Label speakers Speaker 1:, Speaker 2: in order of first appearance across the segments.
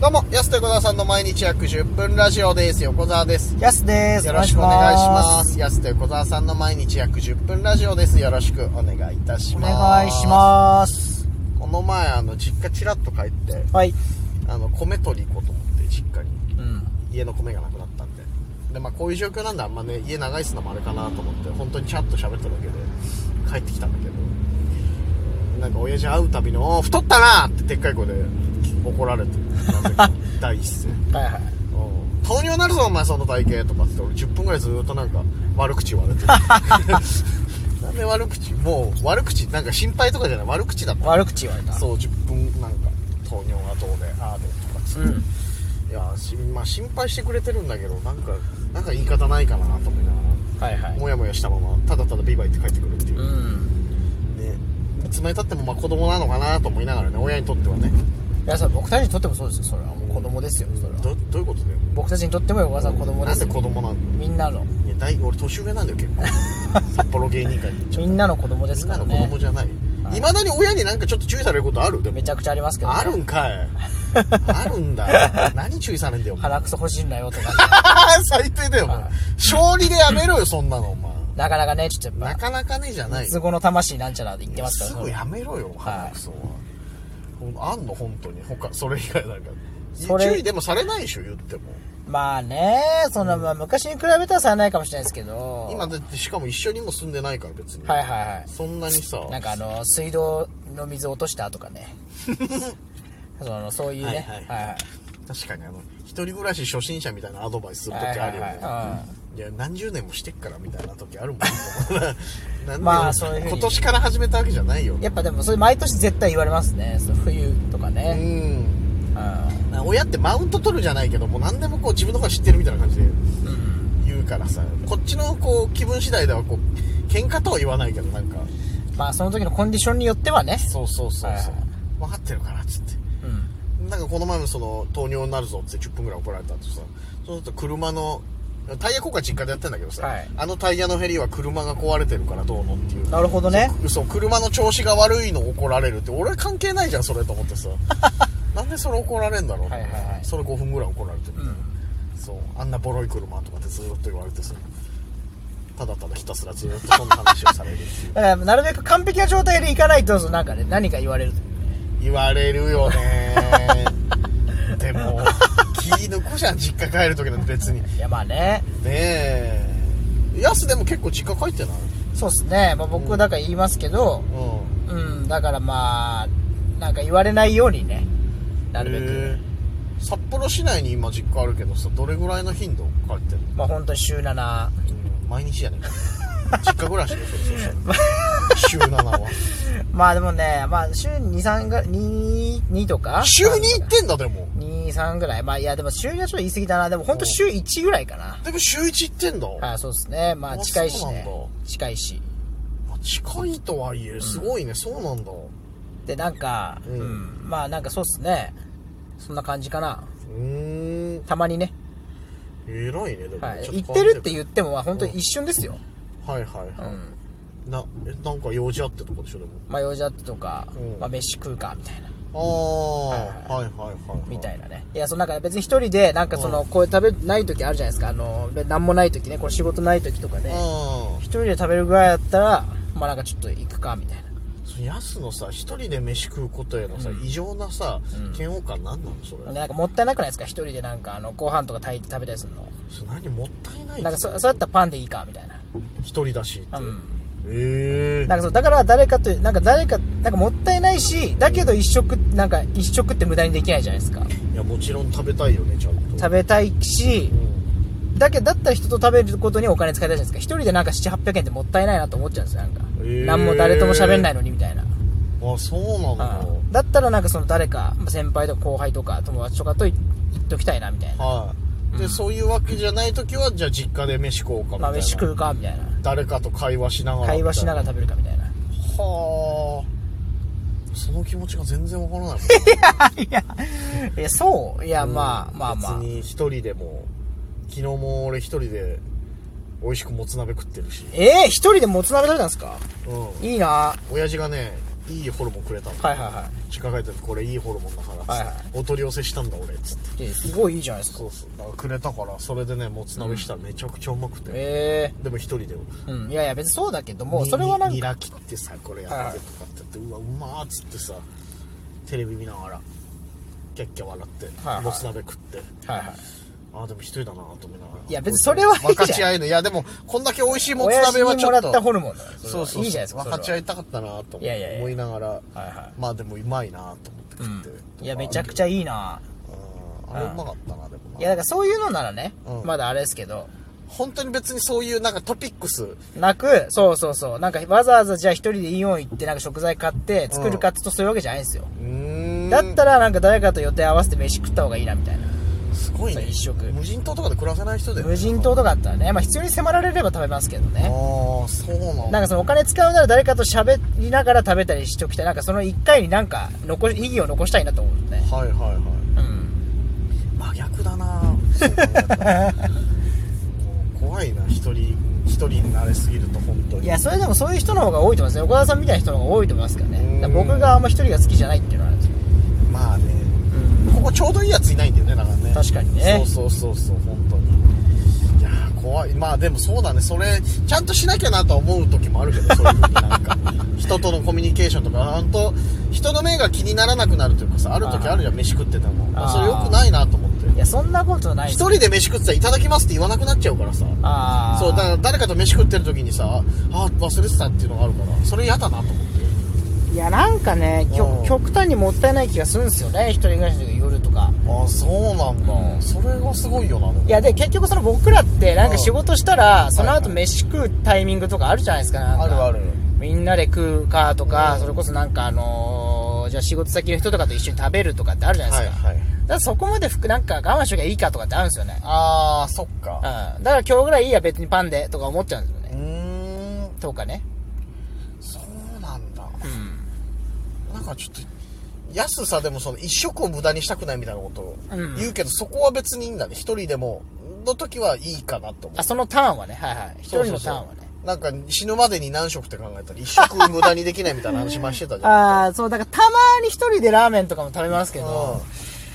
Speaker 1: どうも、安手小沢さんの毎日約10分ラジオです。横澤です。
Speaker 2: やすです。
Speaker 1: よろしくお願いしま
Speaker 2: お
Speaker 1: す。安手小沢さんの毎日約10分ラジオです。よろしくお願いいたします。
Speaker 2: 願いします。
Speaker 1: す。この前、あの、実家ちらっと帰って、
Speaker 2: はい。
Speaker 1: あの、米取り行こうと思って、実家に。
Speaker 2: うん。
Speaker 1: 家の米がなくなったんで。で、まあ、こういう状況なんで、あんまね、家長いすのもあれかなと思って、本当にチャッと喋っただけで、帰ってきたんだけど、なんか、親父会うたびに、おー太ったなって、でっかい声で怒られて、 なんで第一声。
Speaker 2: はいはい。
Speaker 1: 糖尿なるぞお前その体型とかっつって俺10分ぐらいずっとなんか悪口言われて るなんで悪口もう悪口なんか心配とかじゃない悪口だった
Speaker 2: 悪口言われた。
Speaker 1: そう10分なんか糖尿がどうでああでとかっつって、
Speaker 2: うん
Speaker 1: いやしまあ心配してくれてるんだけどなんかなんか言い方ないかなと思いなが
Speaker 2: はいは
Speaker 1: ら
Speaker 2: い。
Speaker 1: モヤモヤしたままただただビバ行って帰ってくるっていうう、
Speaker 2: ん。
Speaker 1: ねいつまでたってもまあ子供なのかなと思いながらね親にとってはね
Speaker 2: いや、それ僕たちにとってもそうですよ。それはもう子供ですよ。それは。
Speaker 1: どどういうことだよ
Speaker 2: 僕たちにとっても横川さん子供で
Speaker 1: なん
Speaker 2: す
Speaker 1: で
Speaker 2: よ。
Speaker 1: 子供なんだよ
Speaker 2: みんなの、
Speaker 1: いや大俺年上なんだよ結 構札幌芸人会に
Speaker 2: みんなの子供で
Speaker 1: み
Speaker 2: す
Speaker 1: ん
Speaker 2: か
Speaker 1: な
Speaker 2: ら
Speaker 1: の子
Speaker 2: ね
Speaker 1: 供。じゃない
Speaker 2: はい
Speaker 1: いまだに親になんかちょっと注意されることあるでも
Speaker 2: めちゃくちゃありますけどね。
Speaker 1: あるんか いあるんだよ何注意されんだよお前
Speaker 2: 鼻くそ欲しいんだよ とか。
Speaker 1: 最低だよお前
Speaker 2: はい
Speaker 1: 勝利でやめろよそんなのお前
Speaker 2: なかなかね、ちょっとや
Speaker 1: な
Speaker 2: っ
Speaker 1: かなかねじゃな
Speaker 2: ぱ、
Speaker 1: い
Speaker 2: つ
Speaker 1: よ
Speaker 2: ごの魂なんちゃらで言ってますから。
Speaker 1: すぐやめろよ鼻くそはほんあんの本当に他それ以外なんか
Speaker 2: それ
Speaker 1: 注意でもされないでしょ言っても
Speaker 2: まあね、その、まあ昔に比べたらされないかもしれないですけど。
Speaker 1: 今だってしかも一緒にも住んでないから別に
Speaker 2: はいはいはい。
Speaker 1: そんなにさ
Speaker 2: なんかあの水道の水落としたとか ねそのそういうね
Speaker 1: はいはい
Speaker 2: はいはい
Speaker 1: 確かにあの一人暮らし初心者みたいなアドバイスする時あるよ
Speaker 2: はい
Speaker 1: ね
Speaker 2: はいはい
Speaker 1: や何十年もしてっからみたいな時あるもんなんで
Speaker 2: まあそういうふうに
Speaker 1: 今年から始めたわけじゃないよ
Speaker 2: やっぱでもそれ毎年絶対言われますねその冬とか
Speaker 1: う
Speaker 2: ね、
Speaker 1: ん
Speaker 2: うん
Speaker 1: 親ってマウント取るじゃないけどもう何でもこう自分の方が知ってるみたいな感じで言うからさこっちのこう気分次第ではこう喧嘩とは言わないけどなんか
Speaker 2: まあその時のコンディションによってはね、
Speaker 1: そうそうそう
Speaker 2: はいは
Speaker 1: そ
Speaker 2: いう
Speaker 1: 分かってるからっつって
Speaker 2: うん、
Speaker 1: なんかこの前もその糖尿になるぞって10分ぐらい怒られたとさそうすると車のタイヤ交換実家でやってんだけどさ、
Speaker 2: はい
Speaker 1: あのタイヤの減りは車が壊れてるからどうのっていう
Speaker 2: なるほどね
Speaker 1: そう車の調子が悪いの怒られるって俺は関係ないじゃんそれと思 ってさなんでそれ怒られんだろうと思って
Speaker 2: はいはいはい
Speaker 1: それ5分ぐらい怒られてる、
Speaker 2: うん
Speaker 1: そうあんなボロい車とかってずーっと言われてさただただひたすらずーっとそんな話をされるっていう
Speaker 2: だからなるべく完璧な状態でいかないとそのなんかね何か言われる
Speaker 1: 言われるよね でも気抜くじゃん実家帰る時なんて別にね
Speaker 2: いやまあね
Speaker 1: えヤスでも結構実家帰ってない
Speaker 2: そうっすね、まあ、僕だから言いますけど
Speaker 1: う
Speaker 2: うん、だからまあなんか言われないようにね
Speaker 1: ん
Speaker 2: なるべく、
Speaker 1: へえ札幌市内に今実家あるけどさどれぐらいの頻度帰ってるの
Speaker 2: まあ本当に週7
Speaker 1: うん毎日やねん実家暮らしでそれそうしたら週7は
Speaker 2: まあでもね、まあ週2、3ぐらい、2、2とか
Speaker 1: 週に行ってんだでも
Speaker 2: ?2、3ぐらい。まあいやでも週にはちょっと言い過ぎだな。でもほんと週1ぐらいかな。
Speaker 1: でも週1行ってんだ、
Speaker 2: はい、そうですね。まあ
Speaker 1: あ
Speaker 2: 近いし
Speaker 1: そうなん
Speaker 2: ね
Speaker 1: だ。
Speaker 2: 近いし。
Speaker 1: まあ近いとはいえすごいね、そうなんだう
Speaker 2: で、なんか、
Speaker 1: う
Speaker 2: うんん、まあなんかそうっすね。そんな感じかな。
Speaker 1: ーん
Speaker 2: たまにね。
Speaker 1: 偉いねでも、
Speaker 2: はい。
Speaker 1: ちょ
Speaker 2: 行
Speaker 1: と
Speaker 2: ってるって
Speaker 1: う
Speaker 2: 言っても、まあ本当に一瞬ですよ。
Speaker 1: はいはいは
Speaker 2: う
Speaker 1: い、
Speaker 2: ん。
Speaker 1: なえなんか用事あってとかでしょでも
Speaker 2: まあ用事あってとか、
Speaker 1: うん
Speaker 2: まあ飯食うか、みたいな。
Speaker 1: ああ、はい、はいはいはい
Speaker 2: みた
Speaker 1: い
Speaker 2: いなね。いや、そのなんか別に一人で、なんかその、こういう食べない時あるじゃないですか。あの、なんもない時ね、こう仕事ない時とかね。
Speaker 1: あ
Speaker 2: 一人で食べるぐらいだったらまあなんかちょっと行くかみたいな
Speaker 1: あやすのさ一人で飯食うことへのさ、異常なさ嫌悪感なんなのそれ、
Speaker 2: でなんかもったいなくないですか一人でなんかあのご飯とか炊いて食べたりするの
Speaker 1: それ何もったいない
Speaker 2: なんかそそうやったらパンでいいかみたいな
Speaker 1: 一人だしって、
Speaker 2: うん
Speaker 1: ええ
Speaker 2: なんかそうだから誰かとなんか誰かなんかもったいないしだけど一食なんか一食って無駄にできないじゃないですか
Speaker 1: いやもちろん食べたいよねちゃんと
Speaker 2: 食べたいし
Speaker 1: うん
Speaker 2: だけどだったら人と食べることにお金使いたいじゃないですか一人でなんか7800円ってもったいないなと思っちゃうんですよなんか、
Speaker 1: へー
Speaker 2: なんも誰とも喋んないのにみたいな、
Speaker 1: あそうなんだ
Speaker 2: うんだったらなんかその誰かまあ先輩とか後輩とか友達とかと行行っときたいなみたいな
Speaker 1: はい、でそういうわけじゃない時はじゃあ実家で飯食おうかみたいな、
Speaker 2: まあ、飯食うかみたいな
Speaker 1: 誰かと会話しながら
Speaker 2: 会話しなが
Speaker 1: ら
Speaker 2: ら食べるかみたいな
Speaker 1: はあその気持ちが全然わからない
Speaker 2: いやそういや、 まあまあまあ
Speaker 1: 別に一人でも昨日も俺一人で美味しくもつ鍋食ってるし
Speaker 2: えー、一人でもつ鍋食べたんですか
Speaker 1: うん
Speaker 2: いいな
Speaker 1: 親父がねいいホルモンくれたの、
Speaker 2: はいはいは
Speaker 1: 実家帰ってこれいいホルモンだから、
Speaker 2: はいはい
Speaker 1: お取り寄せしたんだ俺っつって
Speaker 2: い。ですごいいいじゃないですか。
Speaker 1: そうそうだからくれたからそれでねもつ鍋したらめちゃくちゃうまくて、
Speaker 2: え
Speaker 1: でも一人で
Speaker 2: えうん。いやいや、別にそうだけども、
Speaker 1: に
Speaker 2: それはな
Speaker 1: に
Speaker 2: ん
Speaker 1: ニ
Speaker 2: か、
Speaker 1: ラ切ってさこれやってとかってやって、うわうまーっつってさテレビ見ながらキャッキャ笑って、
Speaker 2: はいはい
Speaker 1: もつ鍋食って
Speaker 2: はいはい。
Speaker 1: ああでも一人だなと思いながら
Speaker 2: いや別にそれはいいじゃん
Speaker 1: 分かち合えるいやでもこんだけ美味しいもつ
Speaker 2: 親父
Speaker 1: 鍋は
Speaker 2: に
Speaker 1: ち
Speaker 2: も
Speaker 1: ょ
Speaker 2: ら
Speaker 1: っ
Speaker 2: っ
Speaker 1: と
Speaker 2: たホルモンだからそれ
Speaker 1: そ
Speaker 2: は
Speaker 1: うそうそう
Speaker 2: いいじゃないですか。
Speaker 1: 分かち合
Speaker 2: い。
Speaker 1: いたかったなと思
Speaker 2: いやいやいや
Speaker 1: 思いながら
Speaker 2: はいは
Speaker 1: まあでもうまいなと思って食って、
Speaker 2: いや、めちゃくちゃいいな
Speaker 1: うんあれうまかったなでもない
Speaker 2: や、だからそういうのならね、
Speaker 1: うん
Speaker 2: まだあれですけど、
Speaker 1: 本当に別にそういうなんかトピックス
Speaker 2: なく、そうそうそう。なんかわざわざじゃあ一人でイオン行ってなんか食材買って作るかっつうとそういうわけじゃないんですよ。だ
Speaker 1: だ
Speaker 2: ったらなんか誰かと予定合わせて飯食った方がいいなみたいな。
Speaker 1: すごいね
Speaker 2: そう一食
Speaker 1: 無人島とかで暮らせない人だよね
Speaker 2: 無人島とかあったらね、まあ必要に迫られれば食べますけど
Speaker 1: ああ
Speaker 2: ね。
Speaker 1: そうなの
Speaker 2: なんかそのお金使うなら誰かと喋りながら食べたりしておきたい。なんかその一回になんか残し、意義を残したいなと思うね。
Speaker 1: はいはいはい
Speaker 2: うん。
Speaker 1: 真逆だなそう考えたら もう怖いな一人一人になれすぎると本当に
Speaker 2: いや、それでもそういう人の方が多いと思いますよ。横田さんみたいな人の方が多いと思いますから
Speaker 1: うん
Speaker 2: ね。だから僕があんま一人が好きじゃないっていうのはあるんですよ。
Speaker 1: まあね
Speaker 2: うん。
Speaker 1: ここちょうどいいやついないんだよねだからね
Speaker 2: 確かにね
Speaker 1: そうそうそうそう本当にいやー怖いまあでもそうだねそれちゃんとしなきゃなとは思う時もあるけどそういうふうになん か人とのコミュニケーションとか本当人の目が気にならなくなるというかさある時あるじゃん飯食ってても
Speaker 2: あー
Speaker 1: それよくないなと思って
Speaker 2: いや、そんなことな
Speaker 1: 一
Speaker 2: いですよ
Speaker 1: 人で飯食ってたら「いただきます」って言わなくなっちゃうからさ
Speaker 2: ああ。
Speaker 1: そうだから誰かと飯食ってる時にさあー忘れてたっていうのがあるからそれ嫌だなと思って
Speaker 2: いや、なんかね、き
Speaker 1: う
Speaker 2: ょ
Speaker 1: ん
Speaker 2: 極端にもったいない気がするんですよね。一人暮らしの時夜とか。
Speaker 1: ああそうなんだ、
Speaker 2: うん
Speaker 1: それがすごいよない
Speaker 2: や、で、結局その僕らって、なん
Speaker 1: うん
Speaker 2: か仕事したら、その
Speaker 1: はいは
Speaker 2: 後
Speaker 1: い
Speaker 2: 飯食うタイミングとかあるじゃないですか。なんか
Speaker 1: あるある
Speaker 2: みんなで食うかと
Speaker 1: う
Speaker 2: か
Speaker 1: ん、
Speaker 2: それこそなんかあのー、じゃあ仕事先の人とかと一緒に食べるとかってあるじゃな
Speaker 1: は
Speaker 2: いで
Speaker 1: い
Speaker 2: すか。
Speaker 1: はい
Speaker 2: だからそこまでふく、なんか我慢しときゃいいかとかってあるんですよね。
Speaker 1: ああそっか
Speaker 2: うん。だから今日ぐらいいいや、別にパンでとか思っちゃうんですよ
Speaker 1: う
Speaker 2: ね。
Speaker 1: ーん
Speaker 2: とかね。
Speaker 1: そうなんだ
Speaker 2: うん。
Speaker 1: なんかちょっと安さでもその一食を無駄にしたくないみたいなことを
Speaker 2: うん
Speaker 1: 言うけど、そこは別にいいんだね一人でもの時はいいかなと思う
Speaker 2: あ、そのターンはね、はいはい。一人のターンはね。
Speaker 1: なんか死ぬまでに何食って考えたら一食無駄にできないみたいな話ましてたじゃん
Speaker 2: ああ、そう、だからたまに一人でラーメンとかも食べますけど、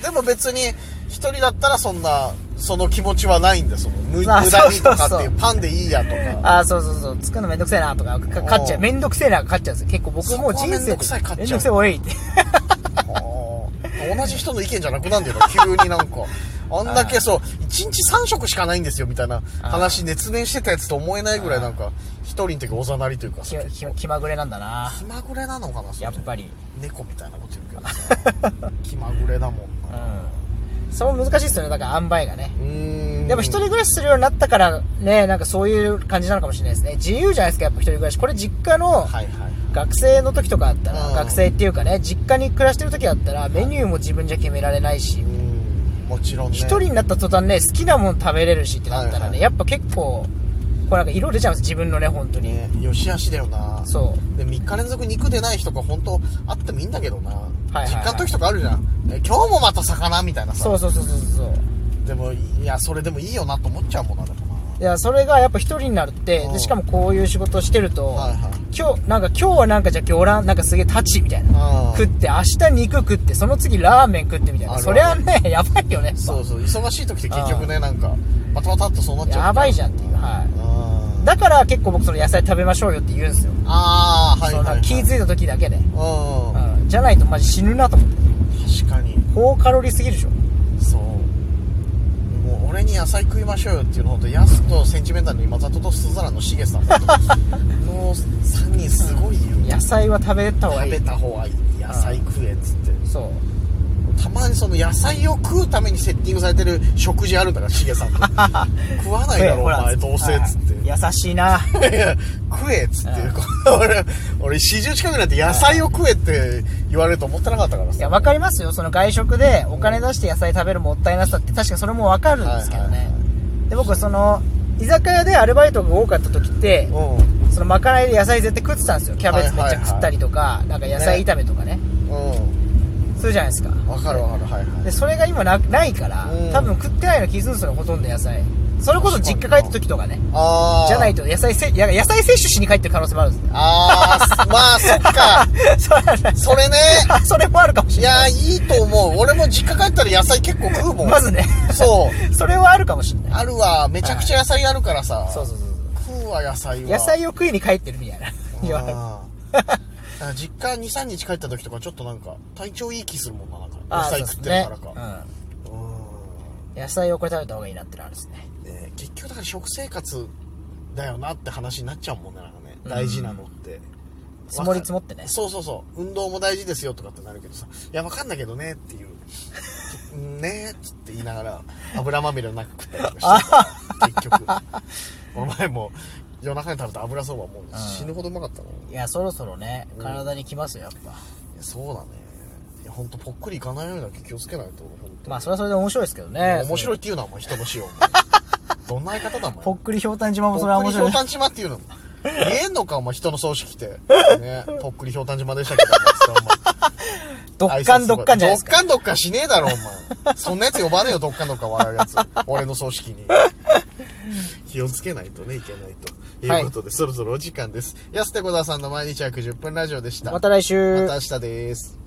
Speaker 1: うん、でも別に一人だったらそんなその気持ちはないんだその無無駄
Speaker 2: あ
Speaker 1: に
Speaker 2: そう
Speaker 1: と
Speaker 2: そうそう
Speaker 1: かっていうパンでいいやとか
Speaker 2: ああ、そうそうそう、作るのめんどくせえなとか、か買っちゃ
Speaker 1: う
Speaker 2: う。
Speaker 1: ん
Speaker 2: めんどくせえなが買っちゃうんですよ。結構僕もう人
Speaker 1: そこは
Speaker 2: 生で。
Speaker 1: めんどくさい買っちゃう
Speaker 2: めんどくせえ多いって。
Speaker 1: あー同じ人の意見じゃなくなんだよな急になんかあんだけそう1日3食しかないんですよみたいな話熱弁してたやつと思えないぐらいなんか一人の時おざなりというか
Speaker 2: 気
Speaker 1: さ
Speaker 2: 気気まぐれなんだな。
Speaker 1: 気まぐれなのかなそれ
Speaker 2: やっぱり。
Speaker 1: 猫みたいなこと言うけど さ気まぐれだもんな
Speaker 2: うん。そう難しいっすよね、だから塩梅がね。
Speaker 1: うーん
Speaker 2: でも一人暮らしするようになったから、ね、なんかそういう感じなのかもしれないですね。自由じゃないですか、やっぱ一人暮らし。これ実家の
Speaker 1: はいはい
Speaker 2: 学生の時とかあったら、
Speaker 1: うん
Speaker 2: 学生っていうかね、実家に暮らしてる時だったら、メニューも自分じゃ決められないし
Speaker 1: うー、んもちろんね
Speaker 2: 一人になった途端ね、好きなもの食べれるしってなったらね、
Speaker 1: はいはい
Speaker 2: やっぱ結構、こうなんか色出ちゃうんです、自分のね、本当に。
Speaker 1: ねよしあしだよな
Speaker 2: そ
Speaker 1: で3日連続肉出ない日とか本当あってもいいんだけどな、
Speaker 2: はいはい
Speaker 1: 実家の時とかあるじゃんえ今日もまた魚みたいな
Speaker 2: う。
Speaker 1: さ
Speaker 2: そうそうそうそうそう。
Speaker 1: でもいやそれでもいいよなと思っちゃうもんなでも
Speaker 2: いや、それがやっぱ一人になるって、
Speaker 1: うん
Speaker 2: で、しかもこういう仕事をしてると、
Speaker 1: なはいはい
Speaker 2: 今日、なんか今日はなんかじゃあ魚卵、なんかすげえ立ちみたいな。
Speaker 1: あ
Speaker 2: 食って、明日肉食って、その次ラーメン食ってみたい
Speaker 1: あ
Speaker 2: な。
Speaker 1: るある
Speaker 2: そりゃね、やばいよね。
Speaker 1: そうそう忙しい時って結局ねなんかバタバタっとそうなっちゃう
Speaker 2: やばいじゃんっていう。は
Speaker 1: あ
Speaker 2: い。だから結構僕その野菜食べましょうよって言うんですよ。
Speaker 1: あーはい
Speaker 2: そ
Speaker 1: は
Speaker 2: の
Speaker 1: い、
Speaker 2: な
Speaker 1: は
Speaker 2: ん
Speaker 1: い、
Speaker 2: か気づいた時だけで。
Speaker 1: うん
Speaker 2: うん。じゃないとマジ死ぬなと思って。
Speaker 1: 確かに
Speaker 2: 高カロリーすぎるでしょ。
Speaker 1: そうもう俺に野菜食いましょうよっていうのほんとヤスとセンチメンタルの今里と鈴蘭のしげ さんの3人すごいよ
Speaker 2: 野菜は食べた方がい
Speaker 1: 食
Speaker 2: い
Speaker 1: べ。た方がいい野菜食えっつって
Speaker 2: そう。
Speaker 1: たまにその野菜を食うためにセッティングされてる食事あるんだからしげさ んと食わないだろお前どうせっつって
Speaker 2: はい優しいな。
Speaker 1: いや食えっつって、俺俺40近くになって野菜を食えって言われると思ってなかったから
Speaker 2: い
Speaker 1: さ
Speaker 2: や、わかりますよ。その外食でお金出して野菜食べるもったいなさって、確かそれもわかるんですけどね。
Speaker 1: はいはいは
Speaker 2: で、僕、その、居酒屋でアルバイトが多かった時って、
Speaker 1: うん
Speaker 2: そのまかないで野菜絶対食ってたんですよ。キャベツめっ
Speaker 1: はい
Speaker 2: ち
Speaker 1: はいは
Speaker 2: ゃ
Speaker 1: い
Speaker 2: 食ったりとか、なんか野菜炒めとかね。
Speaker 1: う
Speaker 2: するじゃないですか。
Speaker 1: んわかるわかるはいはい
Speaker 2: で、それが今なないから
Speaker 1: うん、
Speaker 2: 多分食ってないの気づくんですよ、ほとんど野菜。それこそ実家帰った時とかね。
Speaker 1: ああ。
Speaker 2: じゃないと野菜せ、いや野菜摂取しに帰ってる可能性もあるんですね。
Speaker 1: ああ、まあ、そっ か。
Speaker 2: そうなん だ
Speaker 1: それね。
Speaker 2: あそれもあるかもし
Speaker 1: い
Speaker 2: れな
Speaker 1: や、
Speaker 2: い。
Speaker 1: いいと思う。俺も実家帰ったら野菜結構食うもん。
Speaker 2: まずね。
Speaker 1: そう。
Speaker 2: それはあるかもしれない。
Speaker 1: あるわ。めちゃくちゃ野菜あるからさ。
Speaker 2: そうそうそう
Speaker 1: 食うわ、野菜
Speaker 2: そう。
Speaker 1: は。
Speaker 2: 野菜を食いに帰ってるみたいな。言われる
Speaker 1: あー 実家2、3日帰った時とかちょっとなんか、体調いい気するもんな、なんか。
Speaker 2: あ
Speaker 1: 野
Speaker 2: ー
Speaker 1: 菜
Speaker 2: そ
Speaker 1: 食っ
Speaker 2: うで
Speaker 1: て
Speaker 2: すね
Speaker 1: るからか。
Speaker 2: うん。野菜をこれ食べた方がいいなってのはあるんですね。
Speaker 1: うんね結局だから食生活だよなって話になっちゃうもんね、なんかね。大事なのって。
Speaker 2: 積もり積もってね。
Speaker 1: そうそうそう運動も大事ですよとかってなるけどさいやわかんないけどねっていう ねえっつって言いながら油まみれの中食ったりとかして結局この前も夜中に食べた油そばもう死ぬほどうまかったの、い
Speaker 2: いや、そろそろね、体にきますよ、やっぱ。
Speaker 1: やそうだねいやほんとぽっくりいかないようにだけ気をつけないとほんと
Speaker 2: まあ、それはそれで面白いですけどね。
Speaker 1: 面白い
Speaker 2: い。
Speaker 1: っていうのはお前人の 死をどんな相方だお前
Speaker 2: ぽっくりひょうたん島もそれは
Speaker 1: ぽっくりひょ
Speaker 2: 面白
Speaker 1: う
Speaker 2: い。
Speaker 1: たん島っていうの言えんのかお前人の葬式って、 ね、ぽっくりひょうたん島でしたけどお前
Speaker 2: ドッカンドッカンじゃないですか。
Speaker 1: ドッカンドッカンしねえだろ、お前。そんなやつ呼ばねえよ、ドッカンドッカン笑うやつ。俺の葬式に。気をつけないとね、いけないと。
Speaker 2: は
Speaker 1: い
Speaker 2: い
Speaker 1: うことで、そろそろお時間です。安手小沢さんの毎日約10分ラジオでした。
Speaker 2: また来週。
Speaker 1: また明日です。